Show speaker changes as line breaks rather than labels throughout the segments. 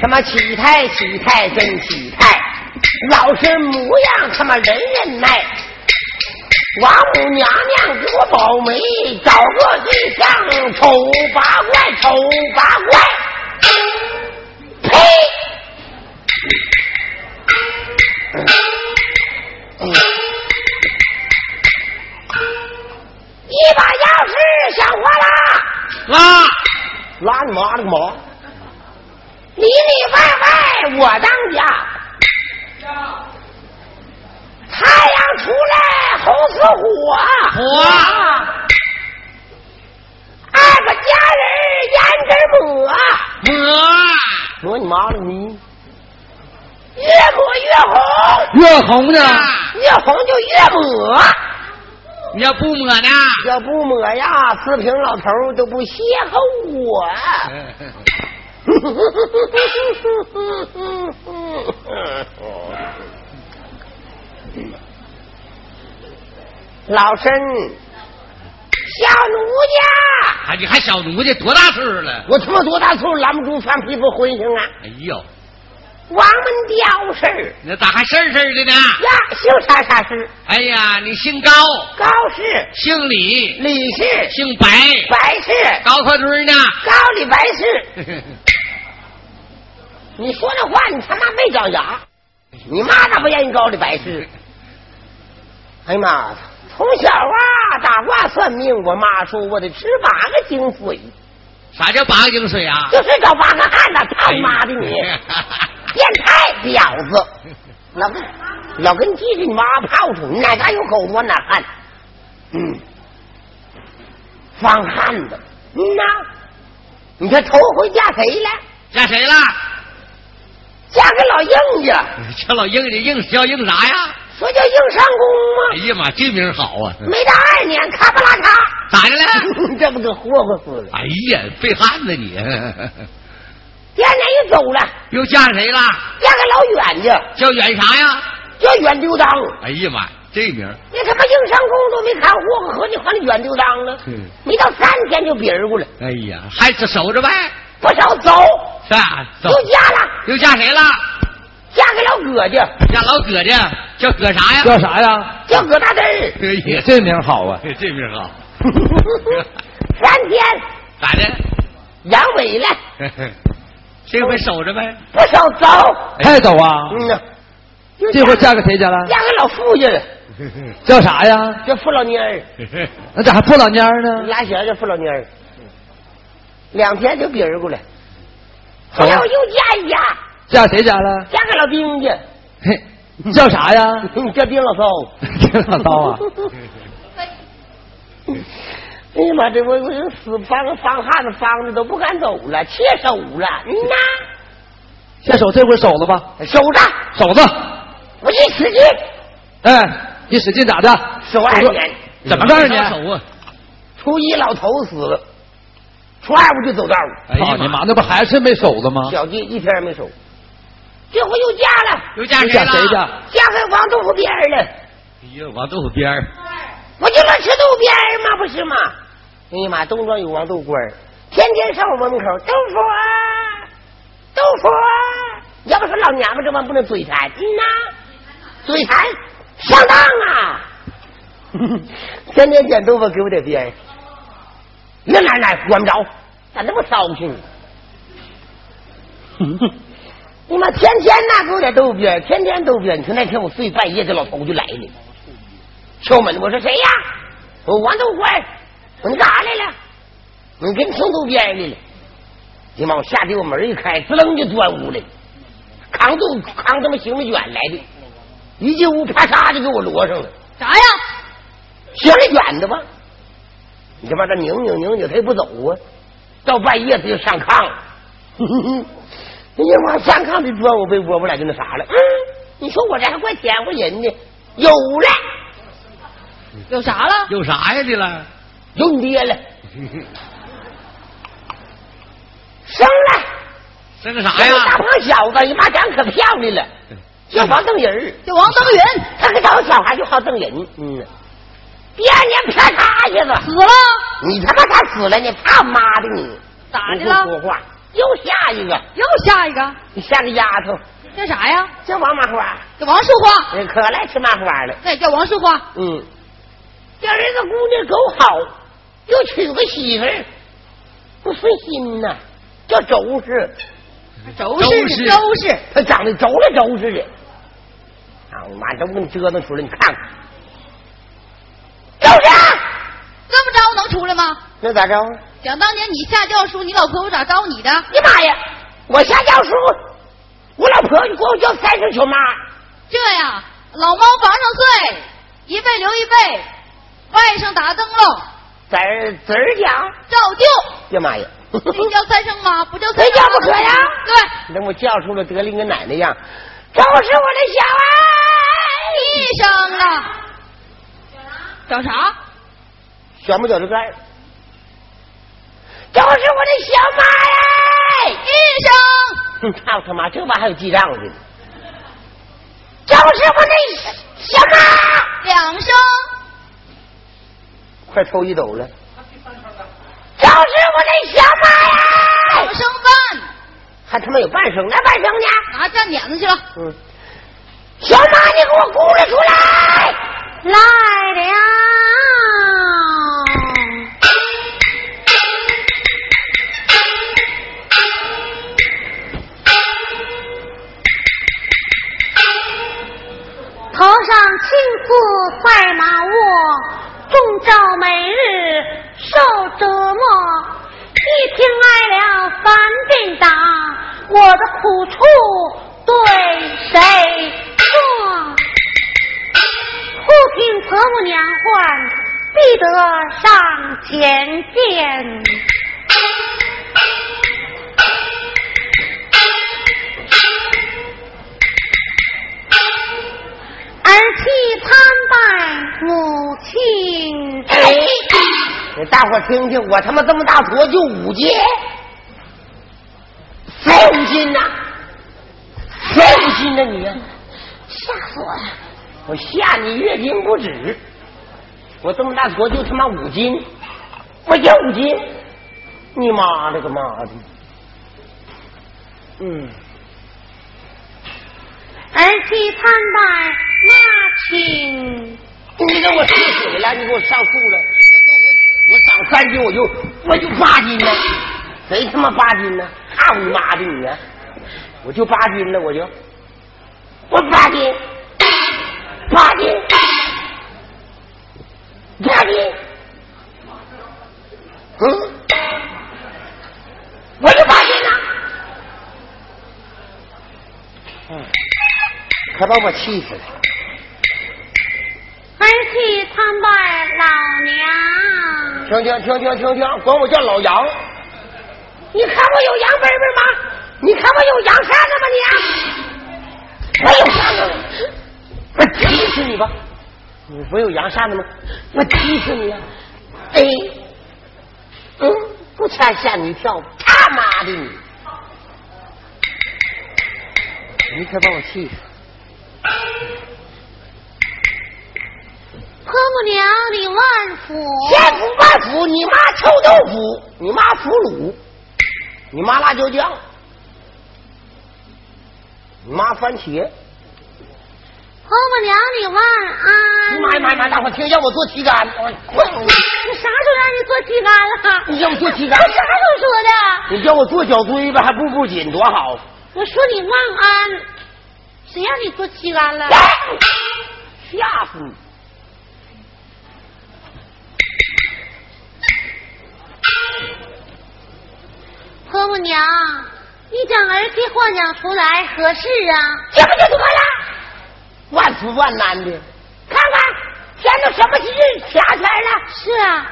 什么体态体态真体态，老实模样他妈人人耐。王母娘娘给我保媒，找个对象丑八怪，丑八怪，呸！一把钥匙想活啦！
拉
拉你妈了个毛！里里外外我当家，太阳出来吼死火，
火
二个家人胭脂抹，
抹，
抹你妈了你，越抹越红，
越红呢？
越红就越抹，
啊你要不抹呢？
要不抹呀，四平老头儿都不邂逅我。 老身小奴家，
哎，你还小奴家多大岁数了？
我他妈多大岁数，拦不住翻皮肤灰性啊！
哎呦，
王门雕氏
那咋还事儿事儿的呢？
呀，姓啥啥氏，
哎呀，你姓高，
高氏、
姓李，
李氏、
姓白，
白氏、
高科墩呢？
高李白氏。你说这话，你他妈没长牙，你妈咋不让你搞的白痴？哎呀妈呀！从小啊，打卦算命，我妈说我得吃八个井水，
啥叫八个井水啊？
就是找八个汉子。
哎
他妈的 你，变态婊子！老跟老跟记着你妈泡出，你哪嘎有狗窝哪汉？嗯，方汉子，嗯呐，你这头回嫁谁了？
嫁谁了？
嫁给老硬家。
叫老硬的硬叫硬啥呀？
说叫硬上
哎
弓吗？
呀妈，这名好啊！
没到二年，咔 吧啦嚓，
咋的了？
这不给霍霍死了。
哎呀，背汉子你！
第二年又走了，
又嫁谁了？
嫁给老远去，
叫远啥呀？
叫远丢当。
哎呀妈，这名儿
那他妈硬上弓都没看霍霍，合计还远丢当了
嗯。
没到三天就别人过了，
哎呀，还守守着呗。
不少走，
是啊，走。
又嫁了，
又嫁谁了？
嫁给老葛去，
嫁老葛家，叫葛啥呀？
叫啥呀？
叫葛大嘚 儿。
哎呀，
这名好啊！
这名好，
三天
咋的？
阳痿了，
这回守 着呗。
不少走。
太走啊！
嗯呐，又
这回嫁给谁家了？
嫁给老傅去了，
叫啥呀？
叫傅老蔫儿。
那咋还破老蔫儿呢？
拉弦的付老妮儿，两天就比人过来。后
好
来我又嫁一家，
嫁谁家了？
嫁给老丁去，
嘿，叫啥呀？
你叫丁老骚。
这老刀啊！
哎呀妈，这我我这死方方汉子方的都不敢走了，切手了。嗯呐，
先手这回手了吧？
手着，
手子，
我一使劲，
哎，一使劲咋的？
手二年，
怎么着
拿
呢？
手啊？
初一老头死了，初二我就走道了，
哎
操
呀
你妈！！那不还是没手子吗？
小弟一天也没手。这回又嫁了，
又嫁
你
谁
嫁
了？
谁家？
嫁给王豆腐边儿了。
哎呀，王豆腐边儿。
我就能吃豆边儿吗？不是吗？哎呀妈，东庄有王豆官儿，天天上我们门口豆腐啊，豆腐啊！要不说老娘们这帮不能嘴馋，嗯呐，嘴馋上当啊！ 天天捡豆腐给我点边儿，那哪哪管不着，咋那么骚气呢？ 你妈天天呐给我点豆腐边儿，天天豆腐边儿。你说那天我睡半夜，这老头就来了。敲门，我说谁呀？我王豆官儿。我说你干啥来了？我跟听豆边儿来了。你妈，我下地我门一开，滋楞就钻屋来了，扛豆扛他妈行李卷来的，一进屋啪嚓就给我摞上了。
啥呀？
行李卷子吧？你他妈这拧拧拧拧，他也不走啊！到半夜他就上炕了。 哎呀妈，上炕就钻我被窝，我俩就那啥了。嗯，你说我这还怪甜乎人呢？有了，
有啥了？
有啥呀？你了？
有你爹 了。生了，
生个啥
哎呀，大
呀？
胖小子，你妈长可漂亮了，
嗯
叫王瞪人儿
有王登云
他可找小孩就好瞪人，嗯呐。第二年啪嚓一下子，
死了？
你他妈咋死了？你怕妈的你！
咋的
你会
了
说话，又下一个，
又下一个，
你下个丫头，
叫啥呀？
叫王麻花，
叫王树花，
哎可来吃麻花了。
对，叫王树花。
嗯，叫这个姑娘够好，又娶个媳妇儿，不顺心呐，叫周氏，
周
周
氏
氏
是周氏，
她长得周了周似的。啊，我妈都给你折腾出来，你看看，周氏，
这么着能出来吗？
那咋着？
想当年你下教书，你老婆婆咋招你的？
你妈呀！我下教书，我老婆给我要三十球妈，
这呀，老猫房上睡，一辈留一辈，外甥打灯笼，
侄儿侄儿家，
照旧。
呀 妈呀！
这叫三声妈，不叫三声
那
妈
嗯叫不可呀
对，
等我叫出了德林跟奶奶样，哎都是我的小爱。
一声啊。找啥？
小不脚趾盖儿，都是我的小哎妈呀！
一声，
哼，操他妈，这玩意儿还有记账的呢，都是我的小妈。
两声，
快抽一斗了，都是我的小妈呀
两！声半，
还他妈有半声，来半声呢？
拿蘸碾子去了。
嗯，小马，你给我咕噜出来！
来了。
头上青丝快马卧，中照每日受折磨。一听挨了三遍打，我的苦处对谁说？忽听婆母娘唤，必得上前见。儿妻参拜母亲
哎，给大伙听听，我他妈这么大坨就五斤，谁五斤呐？谁五斤呢你？
吓死我了！
我吓你月经不止，我这么大坨就他妈五斤，我就五斤，你妈了个妈的！嗯，
儿媳参拜妈亲，
你让我吃水了，你给我上吐了，我就我我长三斤我就我就八斤了，谁他妈八斤呢？看你妈的你啊！我就八斤了，我就我八斤，八斤，八斤，嗯，我就八斤了。嗯，可把我气死了。
儿媳参拜老娘，
听听听听听听，管我叫老杨。你看我有羊背背吗？你看我有羊扇子吗？你、啊，我有扇子吗，我踢死你吧！你不有羊扇子吗？我踢死你呀、哎，嗯，不差吓你一跳，他妈的你！你可把我气死！
婆母娘你万福，
先腐败腐，你妈臭豆腐，你妈腐乳，你妈辣椒酱，你妈番茄，
婆母娘你万安。
你妈呀妈呀妈呀！大伙听，让我做旗杆，快！
你啥时候让你做旗杆了？
哎你让我做旗
我
杆，
啥时候说的？
你叫我做脚锥吧，还步步紧，多好！
我说你万安，谁让你做旗杆
哎
了？
吓死你！
婆母娘，你将儿媳幻想出来合适啊？
这不就得了？万福万难的，看看天都什么日天天了。
是啊。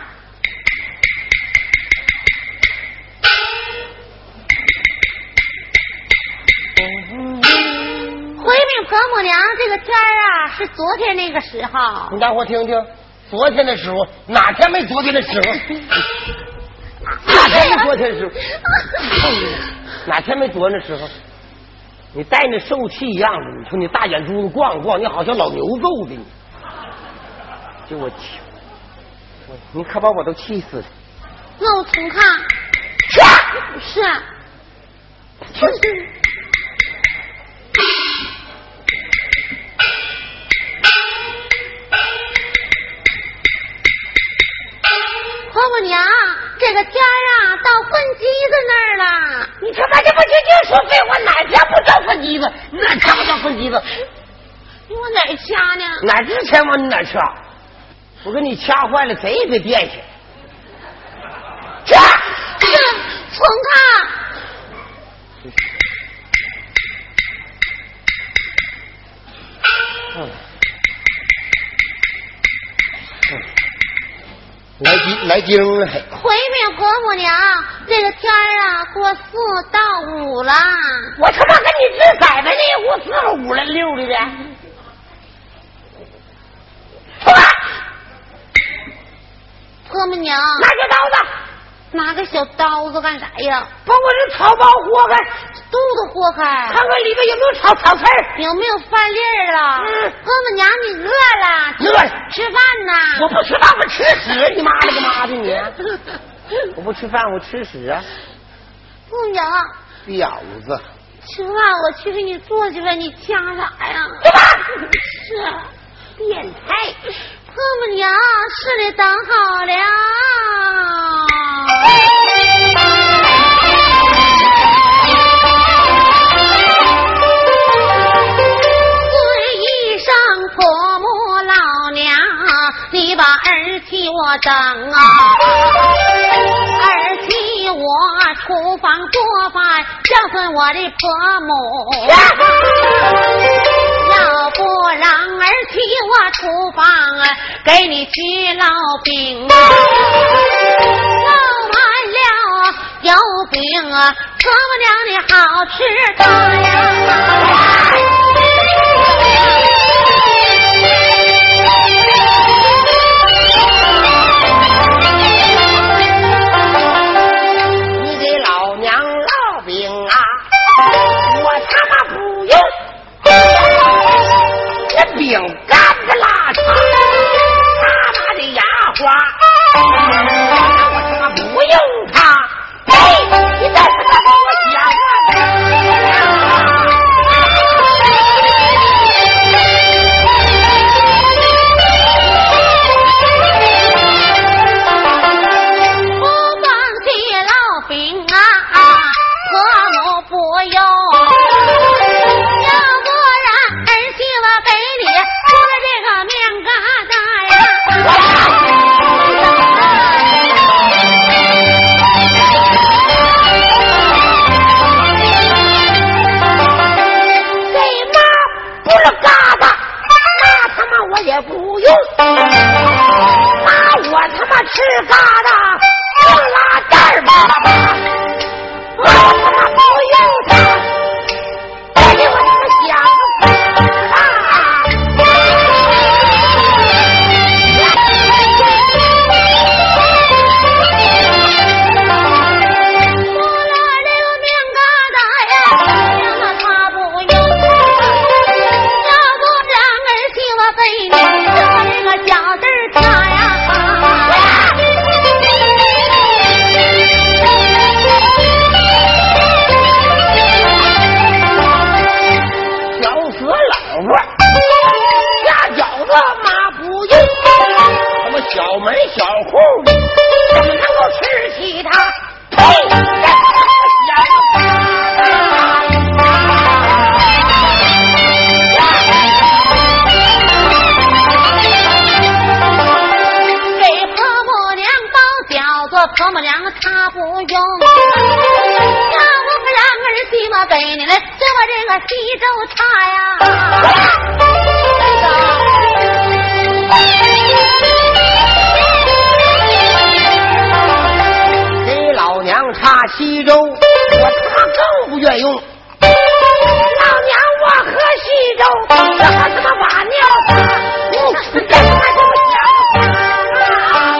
回禀婆母娘，这个天儿啊，是昨天那个时候。
你大伙听听，昨天的时候哪天没昨天的时候？哪天哎没昨天的时候？哪天没昨天的时候？你带那受气样子，你说你大眼珠子逛逛，你好像老牛揍的你。就我气，我你可把我都气死了。
那我重看。
去，
是啊，啊
这不就净说废话，哪天不招粪鸡子，哪天不招粪鸡子，
你往哪儿掐呢？
哪值钱往你哪掐？我给你掐坏了，谁也别惦记。掐，
从他
来精来精了还。
回禀国母娘，这个天儿啊，过四到五了。
我他妈跟你掷骰子那一壶四了五了六的呗。出来，
婆母娘，
拿着刀子，
拿个小刀子干啥呀？
把我这草包豁开，
肚子豁开
看，看里边有没有草草刺儿。
有没有饭粒儿了？
嗯
婆母娘，你饿了？
饿了
吃饭呢？
我不吃饭，我吃屎！你妈了个妈的你！ 我不吃饭，我吃屎啊！
婆母娘，
婊子！
吃饭我去给你做去呗，你掐啥呀？
对吧？
是，变态。婆母娘，是的，等好了。对一声婆母老娘，你把儿替我等啊，儿替我厨房做饭，孝顺我的婆母。要不然儿替我厨房啊，给你吃烙饼啊，烙完了油饼啊，婆母娘你好吃啊它呀。
你给老娘烙饼啊！我他妈不用，这饼干子拉碴，他妈的牙花，我他妈不用它。哎，你这是在跟我讲话呢？
不光的烙饼啊，婆母不用。要不然儿媳妇给你做了这个面疙瘩呀。
这妈不是疙瘩，那他妈我也不用。那我他妈吃疙瘩，就拉蛋儿吧。我他妈不用它，再给我他妈想个法
除了这个面疙瘩呀，他不用。要不然儿媳妇非得做这个小事儿他呀。
绞死老婆，下饺子妈不用，什么小门小户的，怎么能够吃起它？呸！这他妈想法。
给婆母娘包饺子，婆母娘她不啊用。要不然儿媳妇给你来做这个西周茶呀。啊
给老娘插西周，我他妈更不愿用。老娘我喝西周，我还他妈把尿撒，你这他妈给我想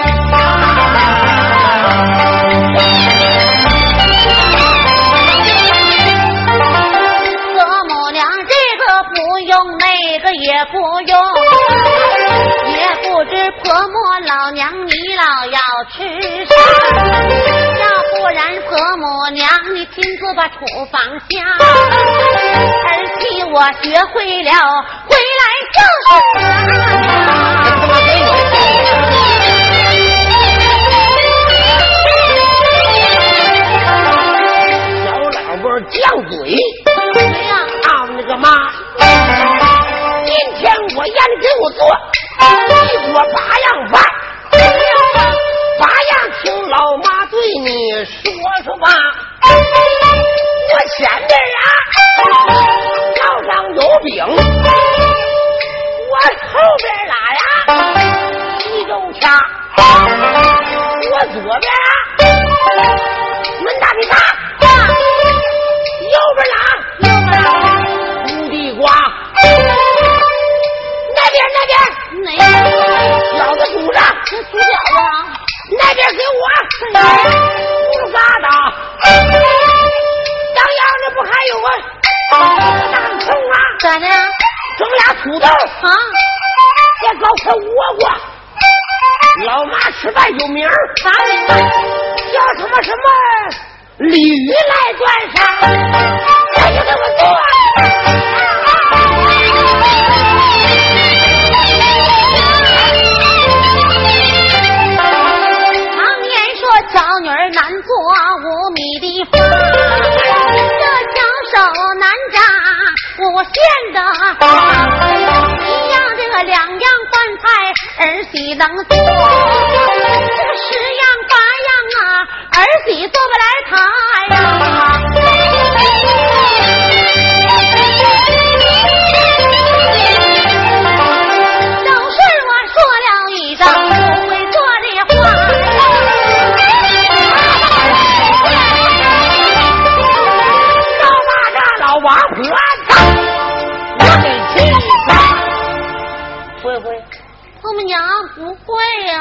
婆母娘这个不用，那个也不用，也不知婆母老娘你老要吃啥，要不然婆母娘你亲自把厨房下，儿媳我学会了，回来就是他。
小老婆犟嘴。
谁呀？
俺啊那个妈！今天我让你给我做一锅八样饭，八样听老妈对你说说吧。我前边啊烙上油饼，我后边俩呀一中掐，我左边啊焖大米饭，右边俩。
右边儿
红地瓜，那边那边
哪个？
饺子煮着，
这煮饺子啊？
那边给我五疙瘩，当腰那不还有啊？大葱啊，
咋的？
整俩土豆，
啊？
再搞块倭瓜。老妈吃饭有名儿，
啥名字？
哎叫什么什么鲤鱼来转山，那就这么做啊。
常言说，小女儿难做无米的花，这小手难扎五线的花。一样这个两样饭菜，儿媳能做；这十样八样啊，儿媳做不来她呀。都是我说了一张不会做的话
高大上老王婆子，我给气的。会不会？
婆母娘不会啊呀、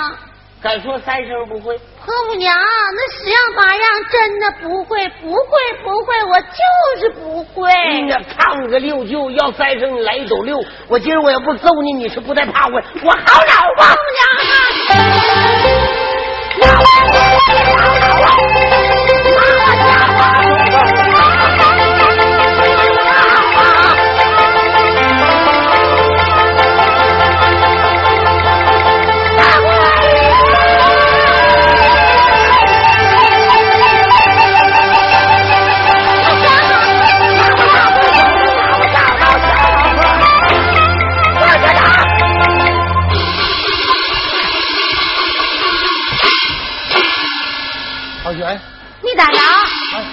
敢说三声不会？
婆母娘那十样八样真的不会，不会，不会，我就是不会。
那哎唱个六舅要三声，你来一抖六。我今儿我要不揍你，你是不带怕我，我好啊老吧？ 啊好悬，
没打着，
好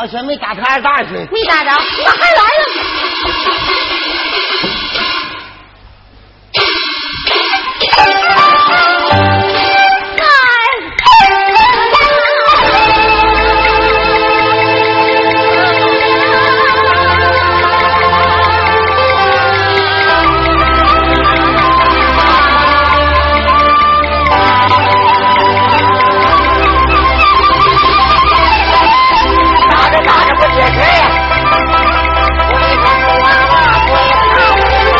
好悬没打他二大去。
没打着，我还来了。
打着打着不解气，我一看我妈妈，我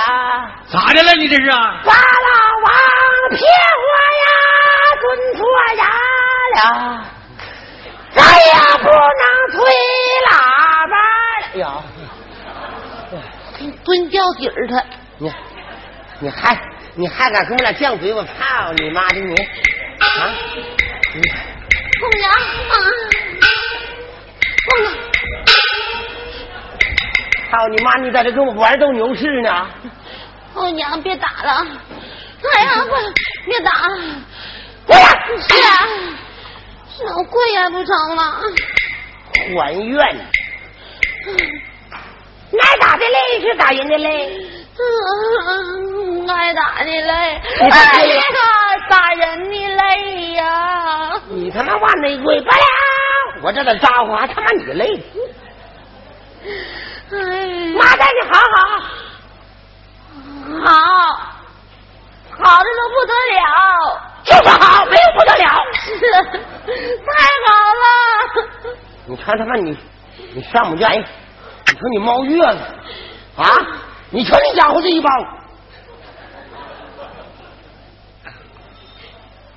这是啊？
八老王撇我呀，蹲错牙了，咱也不能吹喇叭了。哎呀，
蹲掉底儿他。
你你还你还敢跟我俩犟嘴？我操你妈的你！啊，
凤阳啊，凤阳，
操你妈！你在这跟我玩斗牛士呢？
凤阳，别打了！哎呀，不，别打！
回来
是啊，老跪也不成了。
还愿。挨打的累是打人的累，
嗯，挨打的嘞，
你看
哎呀，打人的嘞呀！
你他妈万内跪不了，我这点咋呼还他妈你累？
哎，
妈带你好好。
好，好的都不得了，
就是好，没有不得了。
太好了！
你瞧他妈你，你上我们家，哎，你说你猫月子啊？你瞧你养活这一帮，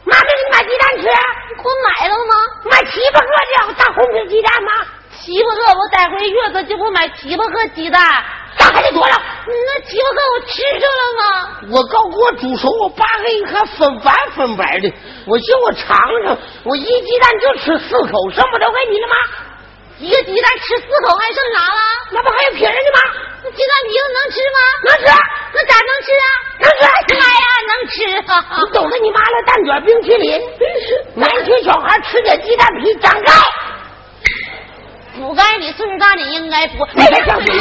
妈给你买鸡蛋吃，啊
给我买了吗？
买七八个这大红皮鸡蛋吗？
七八个我带回月子就给我买七八个鸡蛋，
大概得多了。
那七八个我吃上了吗？
我刚给我煮熟，我扒开一看，粉白粉白的，我就我尝尝，我一鸡蛋就吃四口，剩不都给你了吗？
一个鸡蛋吃四口还剩啥了？
那不还有瓶儿呢吗？
那鸡蛋皮子能吃吗？
能吃
那咋能吃啊？
能吃
哎呀，能吃啊！
你懂得你妈那蛋卷冰淇淋，南区小孩吃点鸡蛋皮长高。
补钙，你岁数大，你应该哎补。
你再犟嘴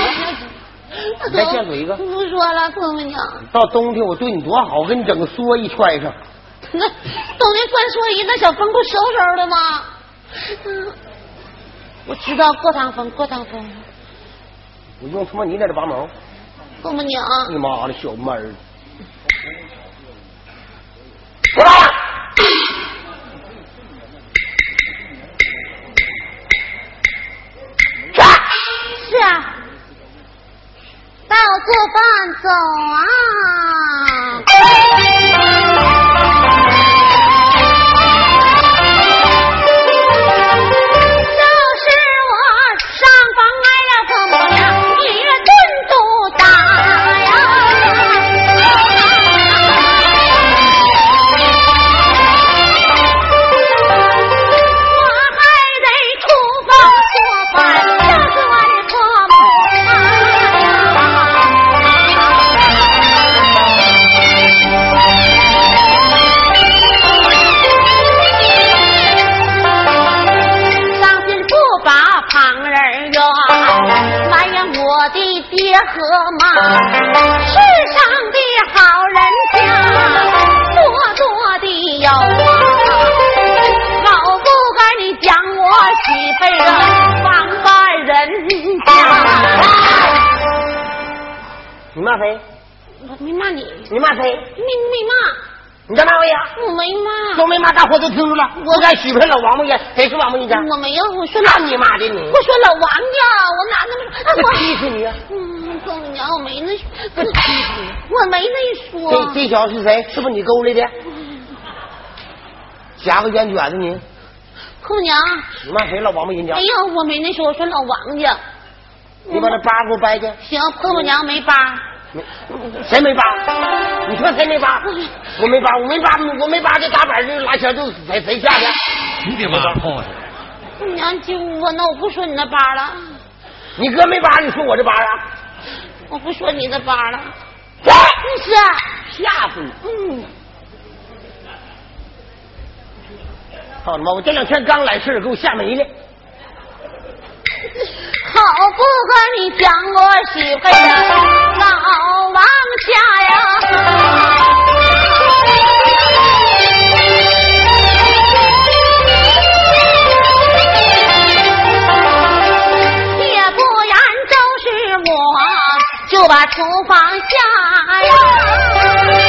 那
你再犟嘴一个
哎不说了，凤娘，
到冬天我对你多好，我给你整个蓑衣穿上。
那冬天灌蓑衣，那小风不收收的吗？嗯我知道过堂风，过堂风，
我用他妈你在这拔毛，
凤娘，
你妈的小妹儿！过来呀！去
是啊，到做饭走啊。就是我上房挨了父母娘，一人顿毒打呀。我还得出房做饭，这是我的父母伤心不把旁人怨，埋怨我的爹和妈，世上的好人家多多的有啊，老不该你讲我媳妇儿啊，王八人家，
你骂谁？
我没骂你，
你骂谁？
没没
你干嘛我呀？
骂，我没
都
骂，
没骂，大伙都听着了。我该媳妇儿老王八呀，谁是王八一家？
我没有，我说
那你妈的你！
我说老王家，我哪那么说，
我
哎
踢死你啊！
我嗯，凤娘我没那，我没那说，
这这小子是谁？是不是你勾来的？夹个烟卷子你？
凤娘，
你骂谁老王八人家
哎？呀，我没那说，我说老王家。
你把那疤给我掰开。
行，婆婆娘没疤，
没谁没疤？你说谁没疤？我没疤，我没疤，我没疤，这打板这拉弦就谁谁下的？
你得妈泡
啊
去！
婆婆娘揪我，那我不说你那疤了，
你哥没疤，你说我这疤啊？
我不说你那疤了。
谁？
是，啊
吓死你！
嗯，
操你妈！我这两天刚来事儿给我吓没了。
好不和你讲我媳妇儿啊，老王家呀。也不然，就是我就把厨房下呀。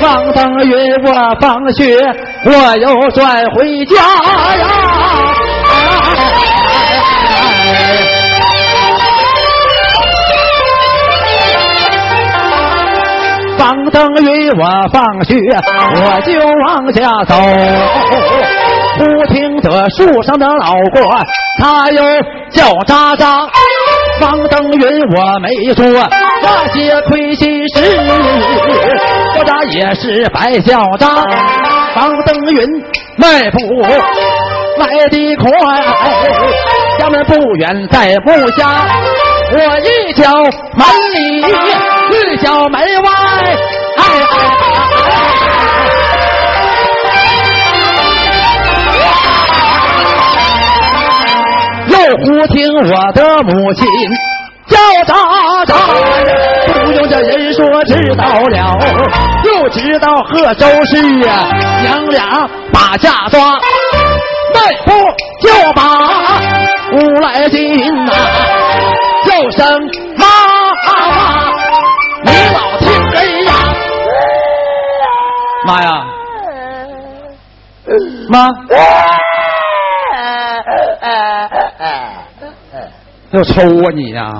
放腾云我放学，我又转回家呀。哎哎哎哎哎放灯与我放学，我就往家走。忽听得树上的老过，他又叫喳喳。方登云我没说那些亏心事，我咋也是白叫喳。方登云迈步来得快，家门不远在木下，我一脚门里，一脚门外，哎哎哎哎又忽听我的母亲叫喳喳，不用这人说知道了，就知道贺州市啊，娘俩把架抓，迈步就把屋来进呐、叫声妈妈，你老听人呀，妈呀，妈，要抽啊你呀、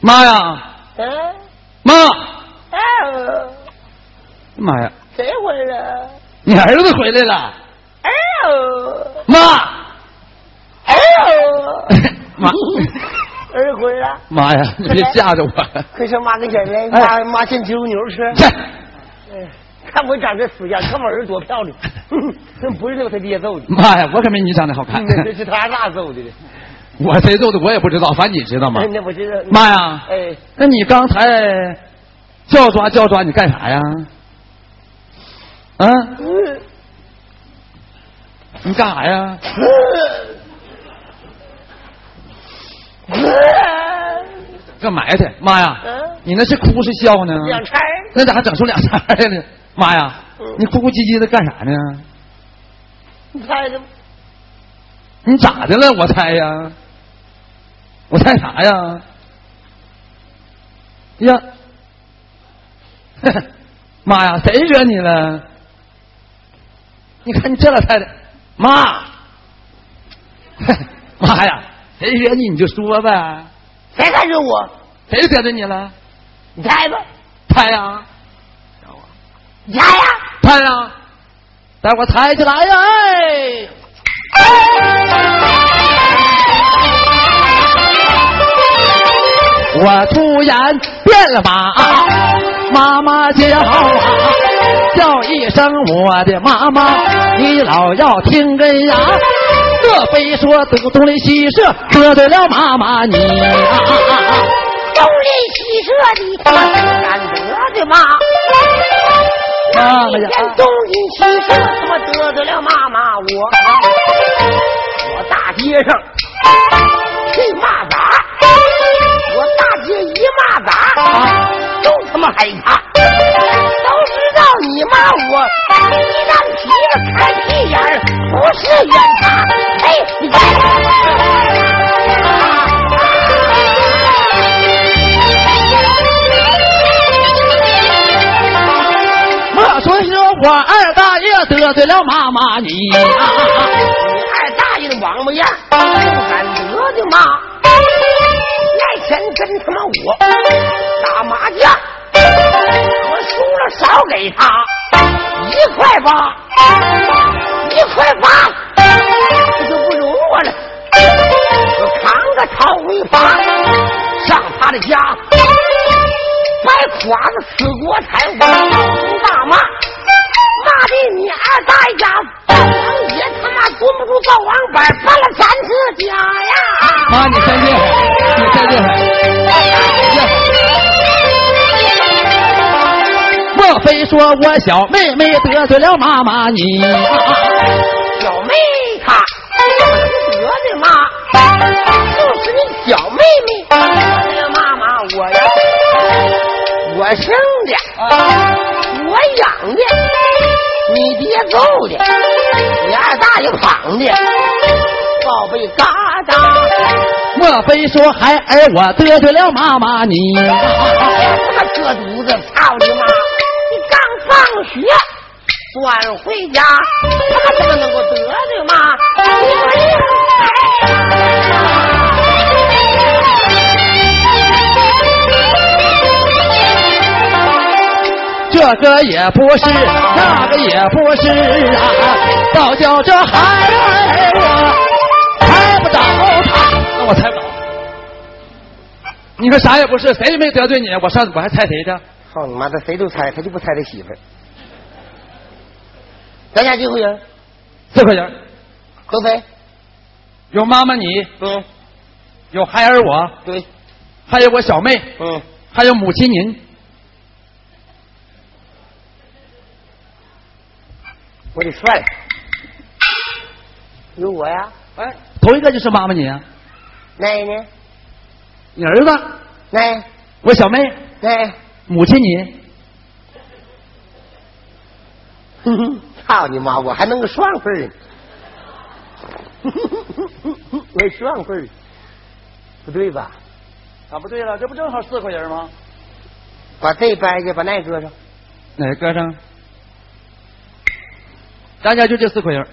妈呀！妈，妈呀，
谁回来？
你儿子回来了，
哎呦，
妈，
哎呦，
妈，
儿回来。
妈呀，你别吓着我，
快上妈跟前来，
哎
妈妈进猪牛吃。
这
哎看我长这死样，看我儿子多漂亮，哼不是那个他爹揍的，
妈呀，我可没你长得好看
嗯，这是他爸揍的。
我谁揍的我也不知道，反正你知道吗？
哎那我知道。
妈呀，
哎，
那你刚才叫抓叫抓，你干啥呀？啊，你干啥呀？干埋汰，妈呀
嗯，
你那是哭是笑
嗯
呢？
两拆，
那咋还整出两茬来了？妈呀
嗯，
你哭哭唧唧的干啥呢？
你猜的吗？
你咋的了？我猜呀，我猜啥呀？哎呀， 妈呀，谁惹你了？你看你这老太太，妈，妈呀，谁惹你你就说呗，
谁看着我？
谁得罪你了？
你猜吧，
猜呀，
你猜呀、
猜呀，待啊会儿猜起来呀！哎。我突然变了法，妈妈叫啊，叫一声我的妈妈，你老要听根呀。这非说东东邻西舍得罪了妈妈你啊啊啊啊
东邻西舍的，
难得的妈，
妈妈
一
呀！
天东邻西舍，他妈得罪了妈妈我。我大街上去骂砸，我大街一骂砸，都他妈害怕，都知道你骂我，鸡蛋皮子开屁眼儿不是远差。嘿，你看。
莫说有我二大爷得罪了妈妈你啊啊啊
你 二大爷的王八样，不敢得的妈！那前跟他妈我打麻将，我输了少给他一块八，一块八，这就不容我了。我扛个陶回发上他的家，掰垮子死国财，我大骂。骂的你二大爷家灶王爷他妈蹲不住灶王板，搬了咱自家呀！
妈，你真厉害，你真厉害！莫非说我小妹妹得罪了妈妈你？
小妹她得的妈，就是你小妹妹得的妈妈我呀，我生的，我养的，你爹揍的，你二大爷绑的，宝贝疙瘩。
莫非说孩儿我得罪了妈妈你？
他妈这犊子，操你妈！你刚放学，晚回家，他妈怎么能够得罪妈？
个也不是，那个也不是啊，倒叫这孩儿啊，猜不着他，那我猜不着。你说啥也不是，谁也没得罪你，我上我还猜谁去？
操你妈的，谁都猜，他就不猜他媳妇儿。咱家几户 人？
四块钱，
都谁？
有妈妈你，
嗯，
有孩儿我，
对，
还有我小妹，
嗯，
还有母亲您。
我得算了，有我呀。
哎，头一个就是妈妈你，啊，
奶呢？
你儿子，
奶
我小妹，
奶，
母亲你。
操你妈！我还能个双份呢， 我双份儿不对吧？
啊，不对了，这不正好四口人吗？
把这掰去，把那搁上。
哪个搁上？咱家就这四口人。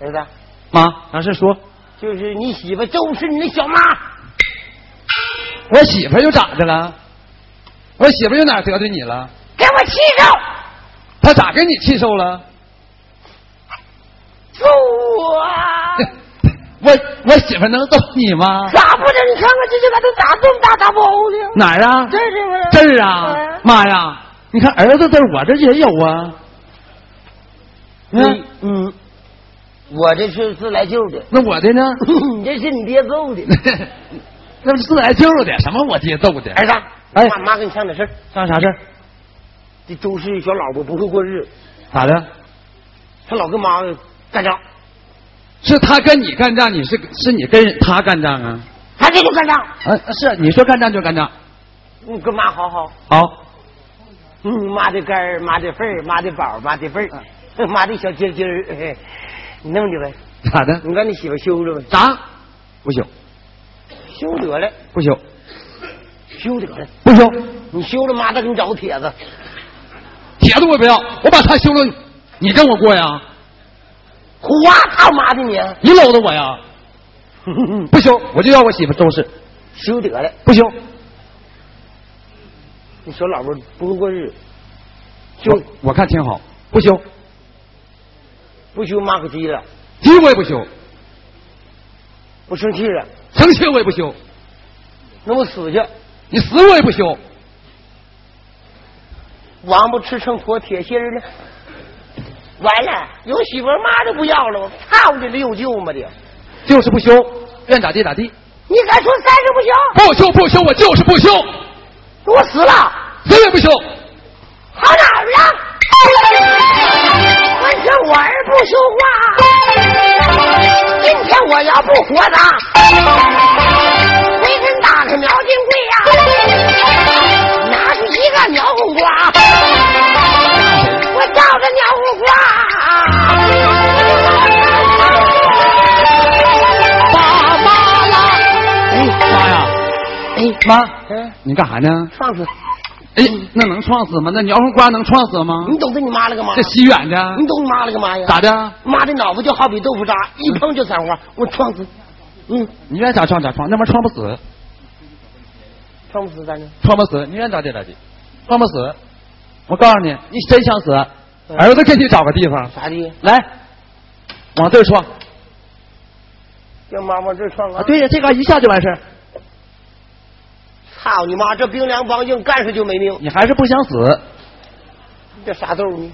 儿子，
妈，俺是说，
就是你媳妇就是你的小妈，
我媳妇儿又咋的了？我媳妇儿又哪得罪你了？
给我气着！
她咋给你气受了？
揍我！
我我媳妇儿能揍你吗？
咋不能？你看看这这把都打这么大大包呢？
哪儿啊？
这是不是？
这儿啊！妈呀！你看儿子字儿我这也有啊。
嗯
嗯，
嗯，我这是是来救的，
那我的 呢？
你这是你爹揍的。
那不是自来救的，什么我爹揍的？
儿子，
哎
妈妈给你唱点事儿。
上啥事儿？
这周氏小老婆不会过日子，
咋的？
她老跟妈干仗，
是他跟你干仗，你是是你跟他干仗啊？
还跟你干仗。
啊，是你说干仗就干仗。
你嗯跟妈好好，
好，
嗯，妈的肝儿，妈的肺儿，妈的宝儿，妈的辈儿， 妈的小鸡鸡儿，嘿你弄去呗。
咋的？
你让你媳妇休着呗，
咋？不休，
休得了，
不休，
休得了。
不休！
你休了，妈再给你找个帖子。
铁子我不要，我把他休了，你跟我过呀？
胡话操妈的你！啊
你搂着我呀？不休，我就要我媳妇周氏。
休得了，
不休，
你小老婆不会过日子，
休，我看挺好。不休，
不休妈可急了，
急我也不休，
我生气了，
生气我也不休，
那我死去。
你死我也不休。
王八吃成坨铁心儿了。完了，有媳妇儿妈都不要了，我操你的六舅妈的！
就是不休，愿咋地咋地。
你敢说三十不行？
不休不休，我就是不休，
我死了，
谁也不休。
跑哪儿了？今天我儿不说话，今天我要不活着，回身打开苗金贵呀、拿出一个苗红瓜，我照着苗红瓜。
爸妈啦！哎妈呀！
哎
妈，
嗯，
你干啥呢？
上去，
哎，
嗯
那能撞死吗？那苗红瓜能撞死吗？
你懂得你妈了个妈
这？西远的
你懂你妈了个妈呀？
咋的？
妈的脑子就好比豆腐渣，一碰就散花，我撞死。嗯，
你愿咋撞咋撞，那玩意儿撞不死，
撞不死咱呢。
撞不死，你愿咋地咋地，撞不死。我告诉你，你真想死，哎
嗯
儿子给你找个地方
咋的？
来，往这儿撞啊！
叫妈往这撞啊！，
对呀，这嘎、一下就完事儿。
操你妈！这冰凉梆硬，干上就没命。
你还是不想死，
你这傻豆呢？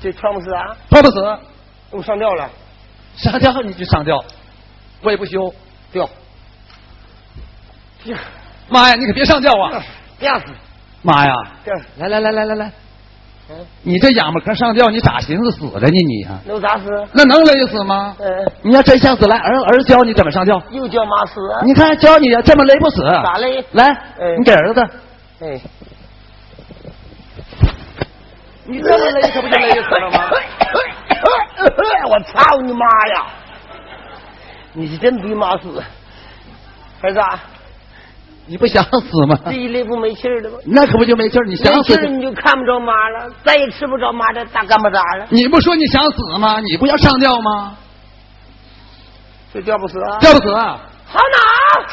这撞不死啊！
撞不死，
我上吊了，
上吊你就上吊，我也不休。
吊，
妈哎呀，你可别上吊啊！
吊死，
妈呀，
吊死。
来来来来来来，
嗯，
你这仰巴壳上吊，你咋寻思死了呢你啊？
那我咋死？
那能勒死吗？
嗯，
你要真想死，来儿儿子教你怎么上吊。
又叫妈死啊！
你看教你这么勒不死，啊
咋嘞？
来，
哎
你给儿子，
哎，
你这么勒可不就勒死了吗？
我操你妈呀！你是真逼妈死，儿子啊，
你不想死吗？
这一勒不没气儿了吗？
那可不就没气儿？你想
没
死
气？儿你就看不着妈了，再也吃不着妈这大干巴渣了。
你不说你想死吗？你不要上吊吗？
这叫不死啊！
吊不死啊，
好哪？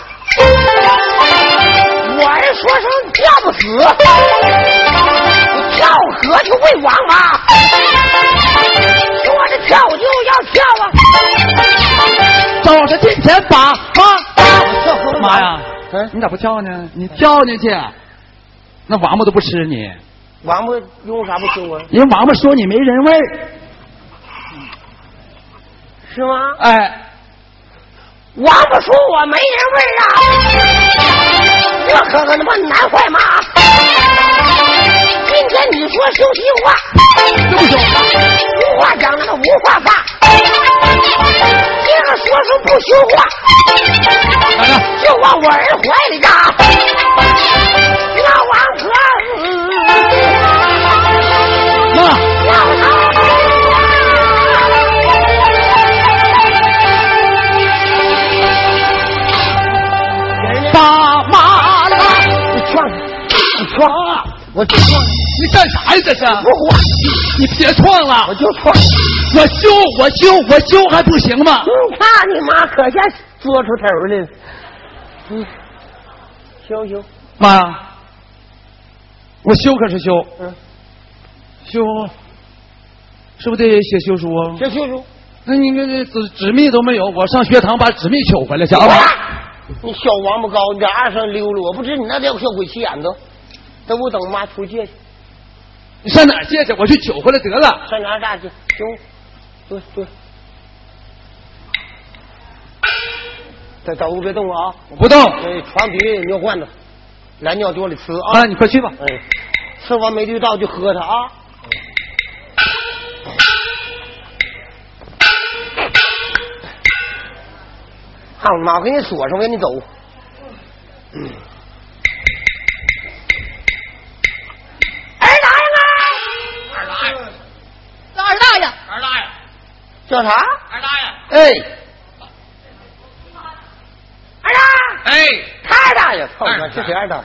我儿说声跳不死，你跳河去喂王八，啊说着跳就要跳啊！
走着近前把妈，
妈
妈
呀
呀，
嗯
你咋不跳呢？你跳进去，那王八都不吃你，
王八用啥不啊吃我？
因为王八说你没人味儿。
是吗？
哎，
王八说我没人味儿啊，这可可他妈难坏妈！今天你说休息话，
这不行，
无话讲那个无话发，今儿说说不休话，
来来，
就往我儿怀里扎。那王嗯婆，要
妈，
他
爸妈了，
你撞他，你撞他，我就撞他，
你干啥呀？这是，
我我
你别撞
我
了，
就撞他。
我修，我修，我修还不行吗？
你看你妈可下作出头来了。嗯，修修，
妈呀，我修可是修，
嗯，
修是不是得写休书啊？
这修修，
那你看这纸纸密都没有，我上学堂把纸密取回来去啊！
你小王八羔，你在二上溜溜，我不知你那叫小鬼气眼子。这我等我妈出借去，
你上哪儿借去？我去取回来得了。
上哪大去？修，对对。在找屋别动啊！
我不动，
哎，床底下有尿罐子，来尿多里吃啊！
妈，你快去吧。
哎，吃完没地道就喝它啊！好妈，我给你锁上，我给你走。儿答应啊！
二大爷，
二大爷，
二大爷，
叫啥？
二大爷，
哎，二大，
哎，
他二大爷，操你妈，
二大爷
这谁二大爷？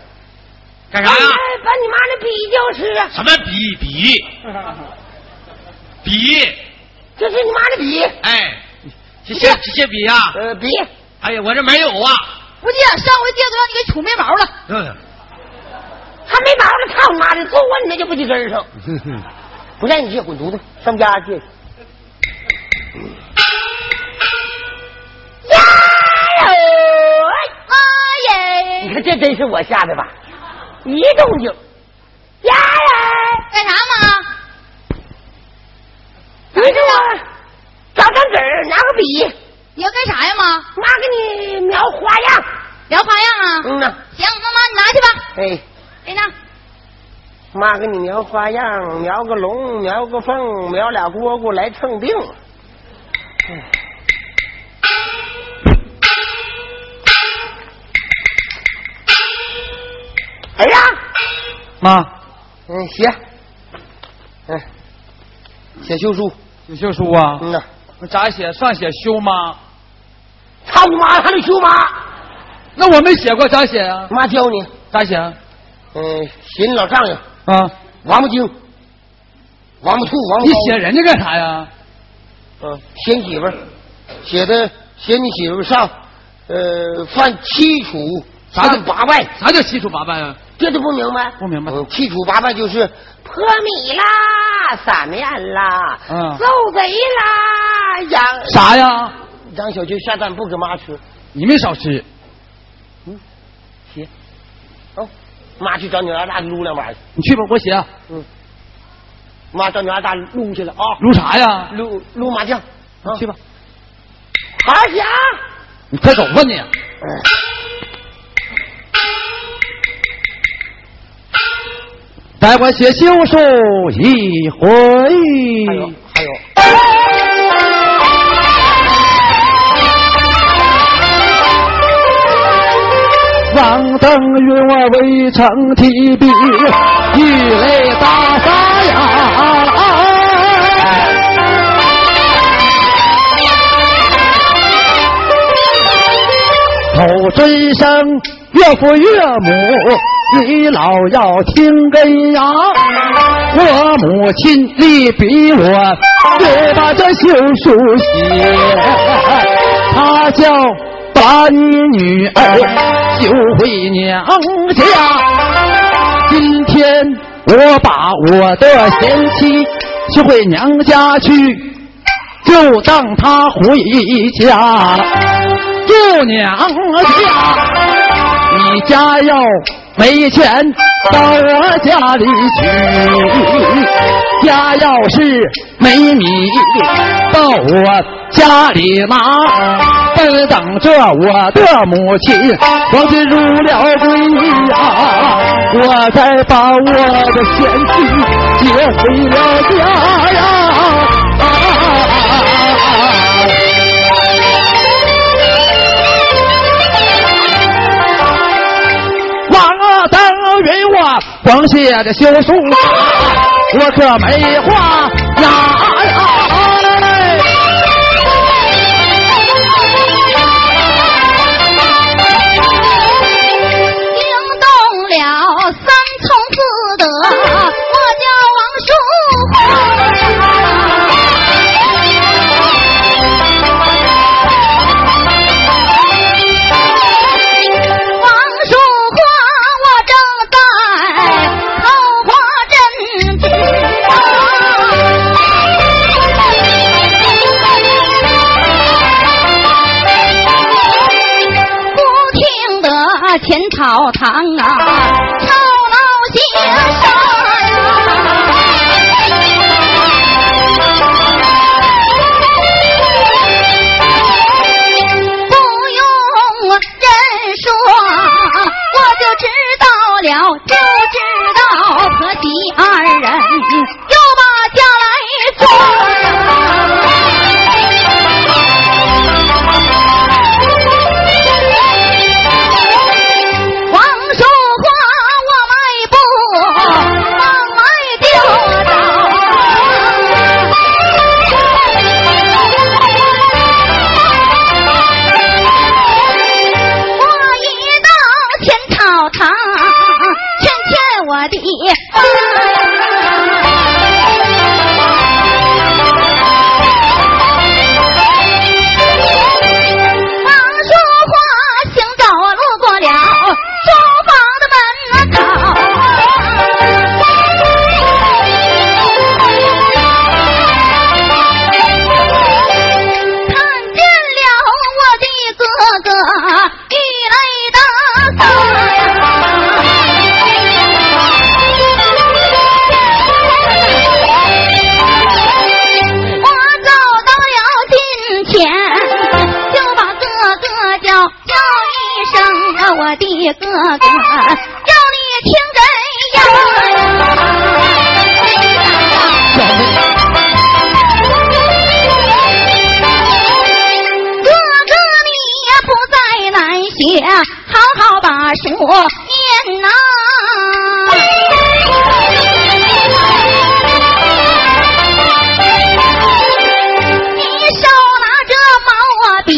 干啥呀？
哎把你妈那笔就是啊，
什么比比比？
这是你妈的笔，
哎，这些这些比呀、
呃，笔，
哎呀，我这没有啊。
不借，上回借都让你给杵没毛了。
嗯，
还没毛呢，操你妈的，揍我你那就不得根上。不让你借，滚犊子，上家借去。呀哟！
妈
你
耶！
看这真是我吓的吧？一动静，呀呀！
干啥嘛？
你给我找张纸儿，拿个笔，
你要干啥呀妈？
妈给你描花样。
聊花样啊？
嗯呐，
行，那妈你拿去吧。
哎，
给拿。
妈给你描花样，描个龙，描个凤，描俩蝈蝈来蹭腚。哎呀，
妈，
嗯，写，嗯，写休书，
有休书啊？
嗯呐，
我咋写？上写休吗？
操你妈，还得休妈，
那我没写过，咋写啊？
妈教你，
咋写啊？
嗯，写你老丈人
啊，
王八精，王八兔，王八
你
羔
写人家干啥呀？
嗯，写你媳妇儿，写的写你媳妇儿上，呃，犯七处
啥
犯八拜，
啥叫七出八败啊？
这都不明白？
不明白
嗯七处八拜就是泼米啦、撒面啦、
嗯
揍贼啦、养
啥呀？
让小军下蛋不给妈吃，
你没少吃。
写，哦，妈去找你二大撸两把去，
你去吧，我写。啊
嗯，妈找你二大撸去了啊，
撸啥呀？
撸撸麻将，啊
去吧，，
好好写啊。
你快走吧你。待我写休书一回。
哎
还
哎
有还有。
望登云我未曾提笔，一泪打沙哑。口尊声，岳父岳母，你老要听根呀。我母亲力逼我，就把这休书写，她叫窦寡女女儿就回娘家。今天我把我的贤妻娶回娘家去，就当她回家了。住娘家，你家要没钱到我家里取，家要是没米到我家里拿，奔等着我的母亲黄金入了闺呀，我再把我的贤妻接回了家呀。啊王二登云我光写着休书，我可没话呀呀嘞！
惊动了三从四德，我叫王叔公。王叔花，我正在桃花镇之上。不听得前朝堂啊，吵闹些啥不用人说，我就知道了，就知道婆媳二人又把家来做黄树花我迈步往外就走，我一到前草堂，劝劝我的妈王淑花行走路过了书房的门口，看见了我的哥哥玉垒大嫂呀。我走到了近前，就把哥哥叫叫一声啊，我的哥哥，叫你听真呀。哥哥你也不再难学，好好把书念呐、你手拿着毛笔，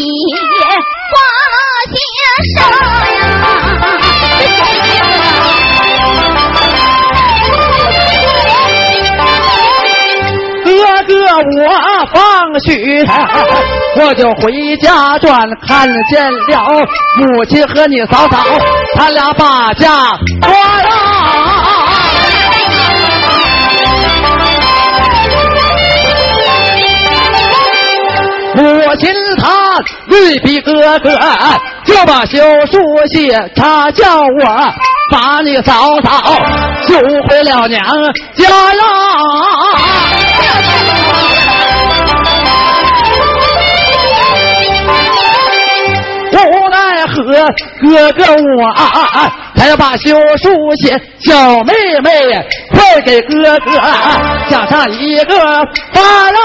画了些啥呀？
哥哥，我放学我就回家转，看见了母亲和你嫂嫂，他俩把架抓呀。母亲她一比哥哥，就把休书写，她叫我把你嫂嫂救回了娘家呀。无奈何，哥哥我、啊、才把休书写，小妹妹快给哥哥加上一个巴啦。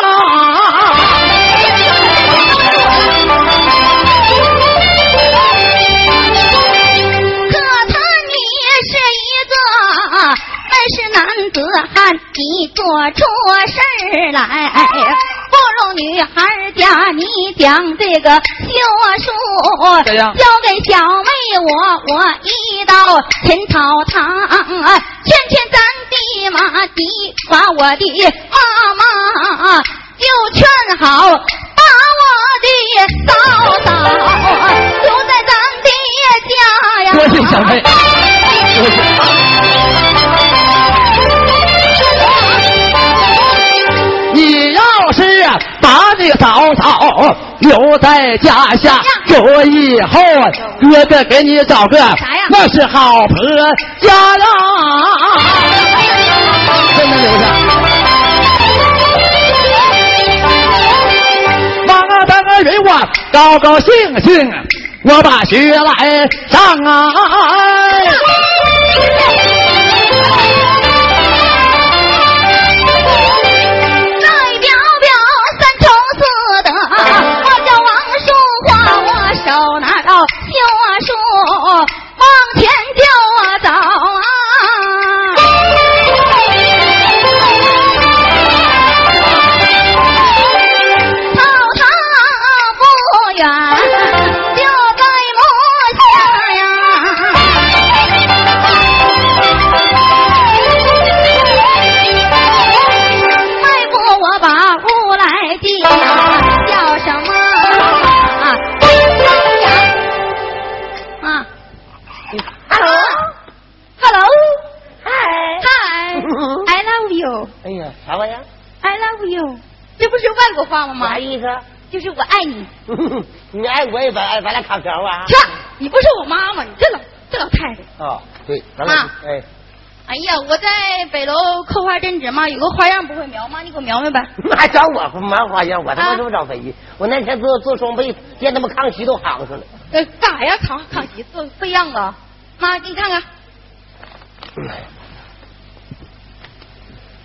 可叹你是一个本是男子汉，你做出事儿来不如女孩儿家。你将这个休书
怎样
交给小妹我，我一到前草堂，劝劝咱的妈的，把我的妈妈就劝好，把我的嫂嫂。留
良配。你要是啊把这个早草留在家
哎
下，我以后啊哥哥给你找个那是好婆家呀，真的留下。王登云我啊高高兴兴，啊我把学来上 啊！
这一表表三从四德，我叫王淑花，我手拿着绣树往前叫我走啊！操场不远就在目下呀。迈步我把屋来进，叫什么啊？啊
，Hello，
，Hello，
嗨，
Hi，I love you，I
哎呀，啥玩意儿？
love you，这不是外国话吗
啥？意思？
就是我爱你。
你爱我也白爱，咱俩卡瓢啊
去！，你不是我妈吗？你这老这老太太。
哦，对，咱俩
妈
哎，
哎呀，我在北楼刻花针织嘛，有个花样不会描吗？你给我描描呗。
还找我麻花样，我他妈
啊
这么找肥姨？我那天做做双倍，见他们康熙都行上了。
呃，干啥呀？扛扛席子费样子。妈，给你看看。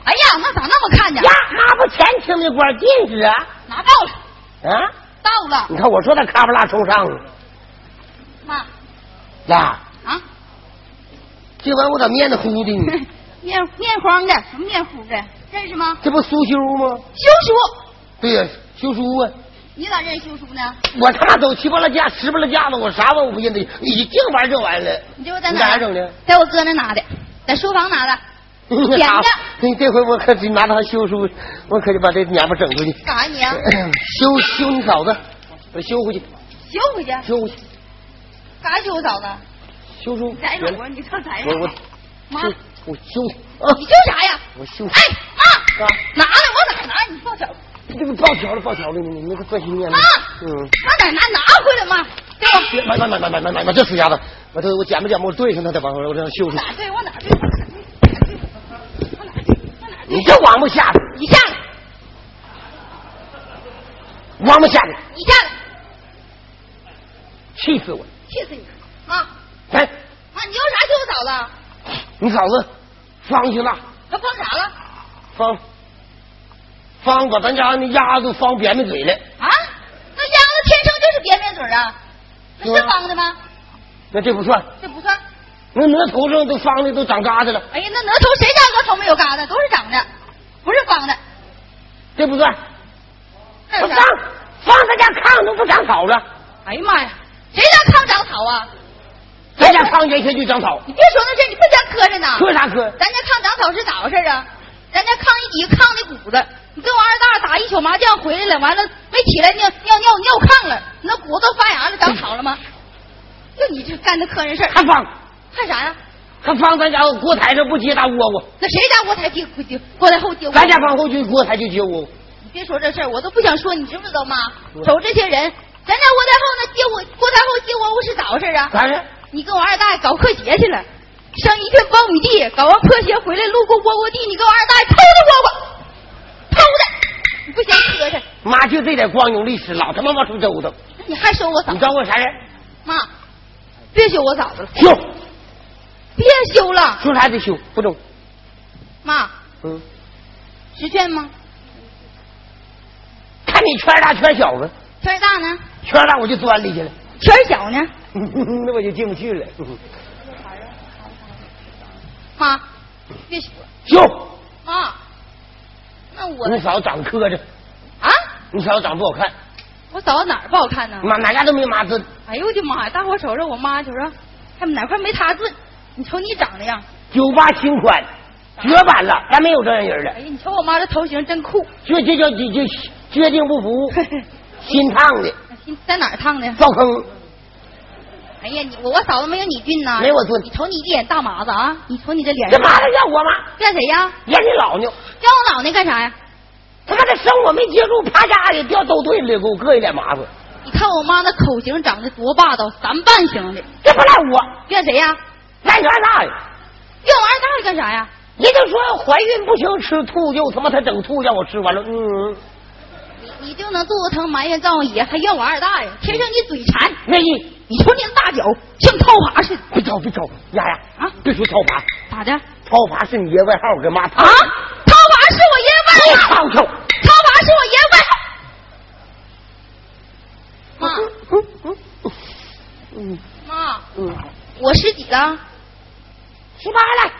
哎呀，那咋那么看呢
呀？，那不前清的官禁止啊！
拿到了，
啊，
到了。
你看我说他咔不拉冲上了，
妈
呀，
啊，
这玩意儿我咋面子糊的呢？
面面黄的，什么面糊的？认识吗？
这不苏修吗？
修叔，
对呀、修书啊！
你咋认识修叔呢？
我他妈走七八拉架，十八拉架子，我啥玩意儿我不认得，你净玩这玩意儿了。
你这不在
你
哪？
在哪整的？
在我哥那拿的，在书房拿的。捡的
你这回我可得拿他修书，我可得把这娘们整出去。
干啥你啊？
修修你嫂子，我修回去，
修回去？
修回去，
干啥修我嫂子？
修书。
你在哪儿？你上哪呀？
我我
妈，
修
你
我修啊！
修啥呀？
我修
哎，妈，
啊！
拿呢？往哪儿拿？你放手。
这不爆条了，爆条了！你你那个专心念了
妈。
嗯，
往哪儿拿？拿回来
啊
嘛，对吧？
别买买买买买买买买这死丫头！我这我捡吧捡吧，我对上他再完我让修
往
修
哪。儿对？往哪儿对？往哪儿对？往哪儿对？往哪儿对？
你这王八下子，
你下来，
王八下子，
你下来，
气死我！
气死你！啊，
哎，
妈，你要啥修我嫂子？
你嫂子方去了，
还放啥了？
方方把咱家那丫都方扁扁嘴了。
啊？那丫头天生就是扁扁嘴儿啊？那是方的吗？
那这不算，
这不算。
那那头上都方的都长疙瘩了，
哎呀，那哪头谁家额头没有疙瘩？都是长的，不是方的。
这不算。
那
我
有啥
放？放他家炕都不长草了，
哎呀妈呀，谁家炕长草啊？
咱
哎
家炕原先就长草，
你别说那事儿，你不瞎磕碜呢。
磕啥磕？
咱家炕长草是咋回事啊？咱家炕一底炕的骨子，你跟我二大打一宿麻将回来了，完了没起来尿尿尿尿炕了，你那骨头发芽了，长草了吗？ 就你这干的磕碜事儿，
还放，
看啥呀、
还放咱家锅台上不接大窝窝，
那谁家锅台接锅接锅台后接？
咱家放后就锅台就接窝窝，
你别说这事儿，我都不想说，你知不知道妈
说？
瞅这些人，咱家锅台后那接我锅台后接窝窝是咋回事啊？
咋的？
你跟我二大爷搞科学去了，上一片苞米地，搞完科学回来，路过窝窝地，你跟我二大爷偷的窝窝，偷的，你不嫌磕碜，
妈就这点光荣历史，老他妈往出周腾。
你还收我嫂
你
子？
找我啥人？
妈，别修我嫂子了，
修，
别修了，
修啥得修，不中。
妈，
嗯，
十圈吗？
看你圈儿大圈儿小了，
圈儿大呢？
圈儿大我就钻里去了，嗯
圈儿小呢？
那我就进不去了。嗯
妈，别修了，
修，
妈，那我
你嫂子长磕碜，
啊，
你嫂子长不好看，
我嫂子哪儿不好看呢？
妈哪家都没妈字。
哎呦我的妈呀！大伙瞅瞅我妈，瞅瞅，还哪块没她字？你瞅你长那样，
九八轻款，绝版了，咱没有这样人
哎
了。
呀，你瞅我妈这头型真酷。
这这叫这这决定不服，新烫的
在哪儿烫的？
灶坑，
哎呀，你我我嫂子没有你俊呐，
没我俊
你瞅你一脸大麻子啊！你瞅你这脸
这
上，
麻子怨我吗？
怨谁呀？
怨你老牛，
怨我老那干啥呀？
他妈这生我没接住，啪嚓给掉兜队里，给我硌一脸麻子。
你看我妈那口型长得多霸道，三瓣型的，
这不赖我，
怨谁呀？
赖你二大爷。
怨我二大爷干啥呀？
人家说怀孕不行吃兔就他妈他整兔让我吃完了，嗯，
你你就能肚子疼埋怨灶王爷，还怨我二大爷，天生你嘴馋。
那意
你瞅你那大脚像套耙似的
别吵别吵，丫丫
啊！
别说超爬，
咋的？
超爬是你爷外号，给妈
啊！
他
套娃是我爷
别
外号，
吵吵，
套娃是我爷外号。妈，
嗯
妈，
嗯，
我十几了？
十八了，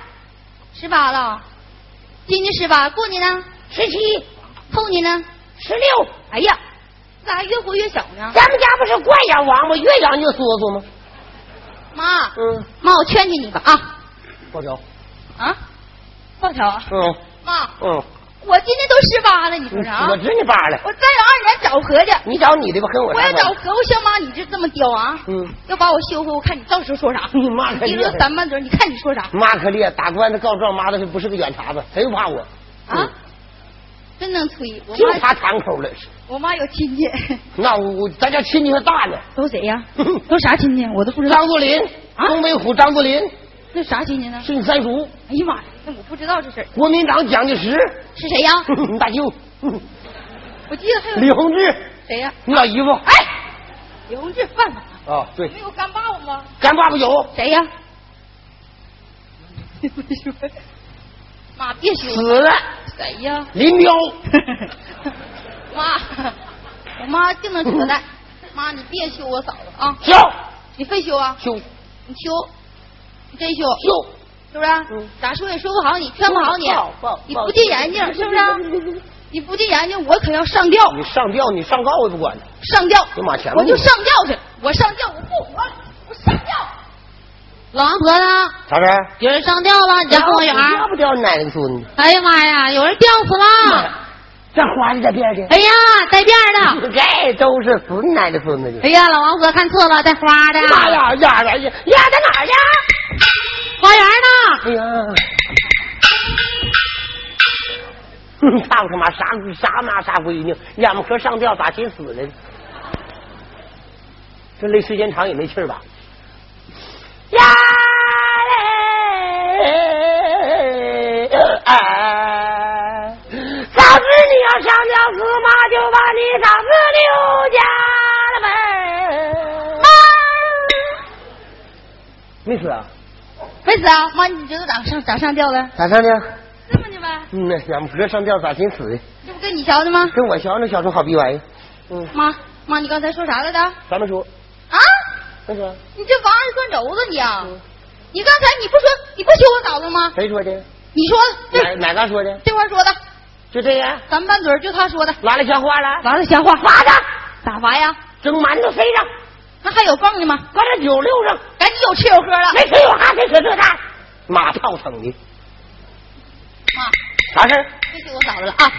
十八了，今年十八，过年呢？
十七，
后年呢？
十六，
哎呀，咋越活越小呢？
咱们家不是惯养王八，越养越缩缩吗？
妈，
嗯，
妈，我劝劝你吧啊
报销，
啊！抱条啊，
嗯
妈，
嗯，
我今年都十八了，你说啥？
我知你爸了，
我再有二年找合计，
你找你的吧，跟我
我
啥
要找
关系？
合计，像妈你就这么刁啊？
嗯，
要把我羞回，我看你到时候说啥。
你妈可
一
厉
个
害，
三瓣嘴，你看你说啥
妈可厉害，打官司告状，妈的不是个软茬子，谁不怕我？
啊？真能吹！我
就
妈
他堂口了。
我妈有亲戚，
那我我咱家亲戚还大呢，
都谁 呀？都啥亲戚？我都不知道。
张作霖，
啊
东北虎张作霖
那啥亲戚呢？
是你三叔，
哎呀妈呀，那我不知道这事儿
国民党蒋介石，
是 谁呀？
你大舅，
我记得还有
李鸿志，
谁呀？
你老姨夫。
哎，李洪志犯法，
啊，对，
没有干爸爸吗？
干爸爸有，
谁呀？你不说，妈别说
死了，
啊谁呀？
林彪，
妈，我妈净能扯淡。妈，你别羞我嫂子啊！
嗯修
你非羞啊？
修
你羞，你真羞，
修，嗯
是不是？咋说也说不好你，劝不好你
不好不好，
你
不好
不戒严净，是不 是？你不戒严净，我可要上吊，
你上吊你上告我也不管，
上吊！
你往前面
我就上吊去，我上吊，我不活了，我上吊！
老王婆呢？
啥事儿？
有人上吊了，你家后园儿？
啊
掉不掉你奶奶个孙子？
哎呀妈呀，有人吊死了！
这花子在边去，
哎呀，带辫儿的！
这都是死你奶奶孙子
哎
去。
呀，老王婆看错了，带花的。
妈呀呀呀呀！呀在哪儿去？
花园呢？
哎呀，操他妈啥啥妈啥闺女，眼巴壳上吊咋寻死的？这累时间长也没气儿吧？呀嘞！哎早知你要上吊死，妈就把你嫂子留家了呗。没死啊？
没死啊，妈，你知道咋上咋上吊的？
咋上吊？
这么的呗，
嗯呐，眼不上吊咋寻死的？
这不跟你学的吗？
跟我学那小时候好逼玩意。嗯，
妈妈，你刚才说啥来着？
咱们说，
啊？
那说
你这王二转轴子你啊！你刚才你不说你不羞我嫂子吗？
谁说的？
你说这
哪哪个说的？
这块儿说的，
就这样，
咱们班嘴儿就他说的，
拉了瞎话了，
完了瞎话，
罚他
咋罚呀？
整馒头塞上，
那还有缝的吗？
搁这酒溜上，
赶紧有吃有喝了。
没吃有哈谁扯这蛋？马炮成的，
妈，
啥事儿？
别羞我嫂子了啊！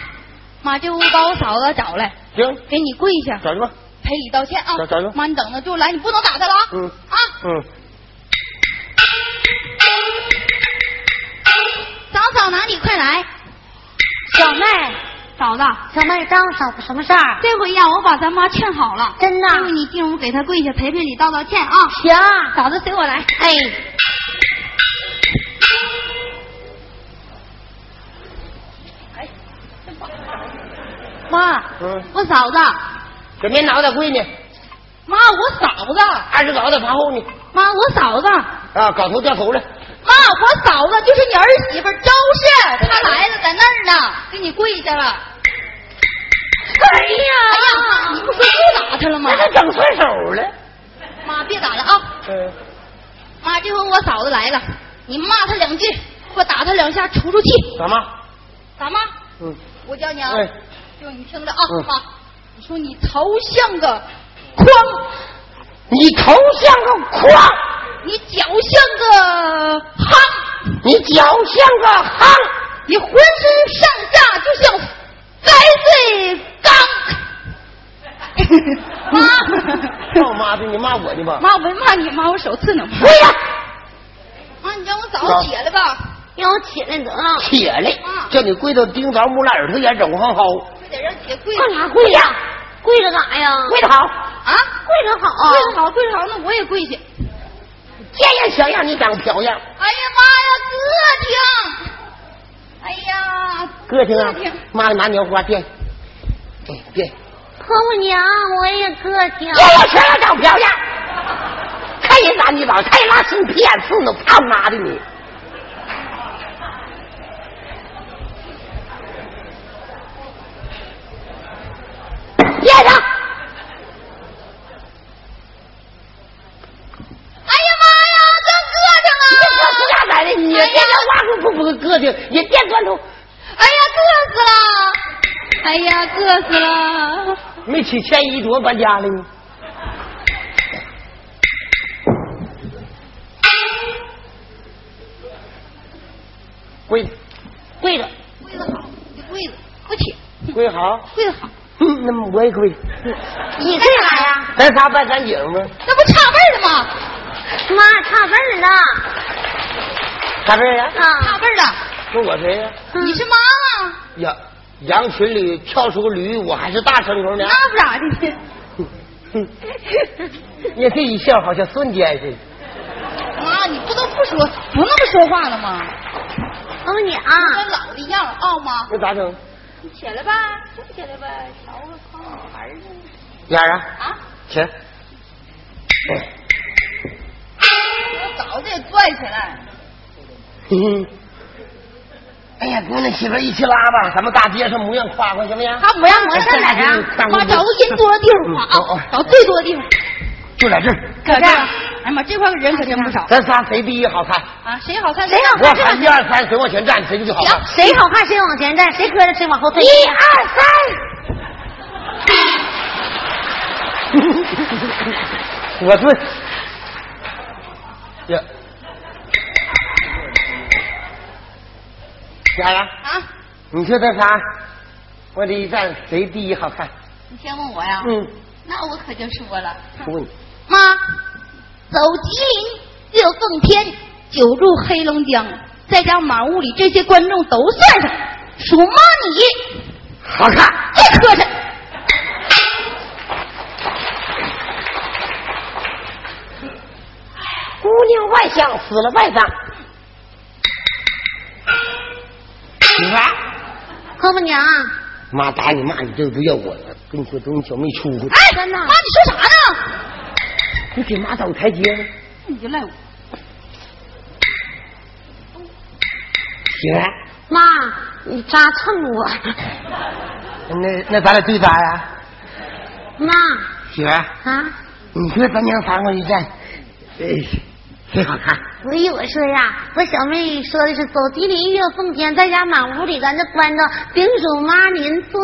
妈，这屋把我嫂子找来，
行，
给你跪下，
找去吧。
赔礼道歉啊
找找去！
妈，你等着，就来，你不能打他了啊！
嗯
啊，
嗯，
嫂嫂哪里快来！
小妹，
嫂子，
小妹张嫂子什么事儿？
这回呀，我把咱妈劝好了，
真的
这回你进屋给她跪下，赔赔礼，道道歉啊！
行，
嫂子，随我来。
哎，
妈，
嗯
哎我嫂子，
这棉袄的贵呢，
妈，我嫂子，
二十搞的盘后呢，
妈，我嫂子，
啊，搞头掉头了，
妈，我嫂子就是你儿媳妇周氏，她来了，在那儿呢，给你跪下了。
哎
哎呀，你不说不打她了吗
那？都整顺手了。
妈，别打了啊！
嗯，
妈，这回我嫂子来了，你骂她两句，或打她两下，出出气。
干嘛？
咋妈？
嗯，
我教你啊，
哎
就你听着啊，
嗯
妈，你说你头像个筐，
你头像个筐。
你脚像个夯。
你脚像个夯，
你浑身上下就像白醉钢。妈，
哦妈
妈的，你骂我呢吧？
妈，我没骂你，妈，我手刺挠。
回来，
妈，啊你让我
早起
来吧，
让我起来得了，
起来，叫你跪到叮当木拉耳朵眼整晃薅，
得让姐跪
干
啊
啥跪呀？跪着干啥呀？
跪得好，
啊，
跪着好，
跪着好，跪着好，那我也跪去。
见样想让你长漂亮，
哎呀妈呀，哥听！哎呀，
哥听啊
哥听，
妈拿棉花垫，哎垫，
婆母娘，我也啊个性。
见样想让长漂亮，看人拿你老太拉心皮眼刺挠，操妈的你！
接着，
哎呀妈呀，真
你这
硌
小死丫崽子，你别这挖苦不不个挺，你别砖头，
疼啊！哎呀，硌死了！哎呀，硌死了！
没娶千衣着搬家了呢。跪着，
跪着，
跪着好，你跪着，不起，
跪好，
跪着好。
嗯，那么我也跪。
你干啥呀？
咱仨拜干姐们儿，
那不差辈儿了吗？
妈差辈儿呢。
咋这呀？
啊，嗯
差辈儿了，
那我谁呀？
你是妈吗？
羊羊群里跳出驴，我还是大牲口呢。
那不咋的，
哼 你这一笑好像瞬间似的。
妈，你不都不说不那么说话了吗？
婆
哦
母娘，
跟老的一样傲吗？
那咋整？
你起来吧，坐起来吧，瞧个胖女孩呢。
燕儿啊，
啊，
起来。
我早得拽起来。
嗯，哎呀，姑娘媳妇儿一起拉吧，咱们大街上模样夸夸行不行？
他不让我上哪儿啊？我找个人多的地方
嗯
啊
哦哦，
找最多的地方。
就在这儿，
搁这儿，哎呀妈，这块人可真不少
咱仨谁第一好看？
啊！谁好看
谁好
我
看
喊一二三，谁往前站，谁就好看。
谁好看谁往前站，谁磕着谁往后退。
一二三。我对。呀。佳呀，
啊？
你说咱仨往这一站，谁第一好看？
你先问我呀？
嗯，
那我可就说了，
不问你。
妈，走吉林，越奉天，久驻黑龙江，再加满屋里这些观众都算上，属妈你
好看。
最磕碜。
姑娘外向，死了外脏。你看，
婆母娘，
哎
妈打你骂你，这不要我了。跟你说，等你小妹出去，
哎，妈，你说啥呢？
你给妈找台阶呢。
你就赖我。
起来，
妈，你咋蹭我？
那那咱俩对打呀？
妈
媳妇儿，
啊，
你说咱娘仨往一站，哎，谁好看？
我一我说呀，我小妹说的是走吉林越奉天，在家满屋里咱这关着，顶属妈您最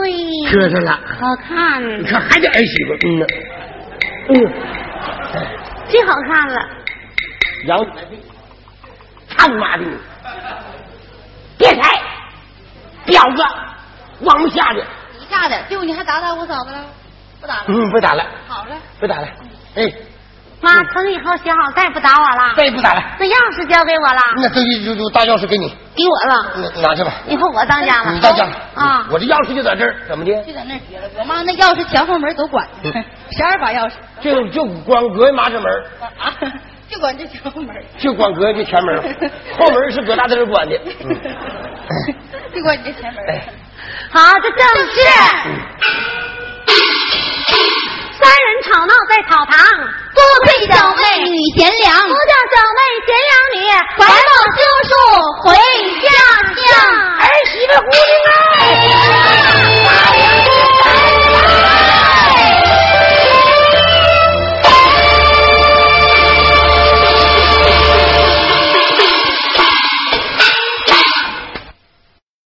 磕碜了，
好看，
你看还得儿媳妇，嗯呢，嗯，
最嗯好看了。
杨，他妈的你，别抬，婊子，往不下去。
你炸的，对不？你还打打我嫂子了？不打了。
嗯，不打了，
好了，
不打了，哎，
妈，从以后学好，再也不打我了。
再也不打了。
那钥匙交给我了，
那这就就就大钥匙给你，
给我了，
拿拿去吧。
以后我当家了。
你大家嗯
啊，
我这钥匙就在这儿，怎么的？
就在那儿撅了。我妈那钥匙前后门都管
嗯，
十二把钥匙
就就光隔妈这门儿，
啊， 就管这前后门，
就光隔这前门儿，后门儿是葛大墩儿管的。嗯，
就管你这前门。
哎，
好，这正是。
嗯
三人吵闹在草堂，
多亏小妹女贤良，
夫哎
啊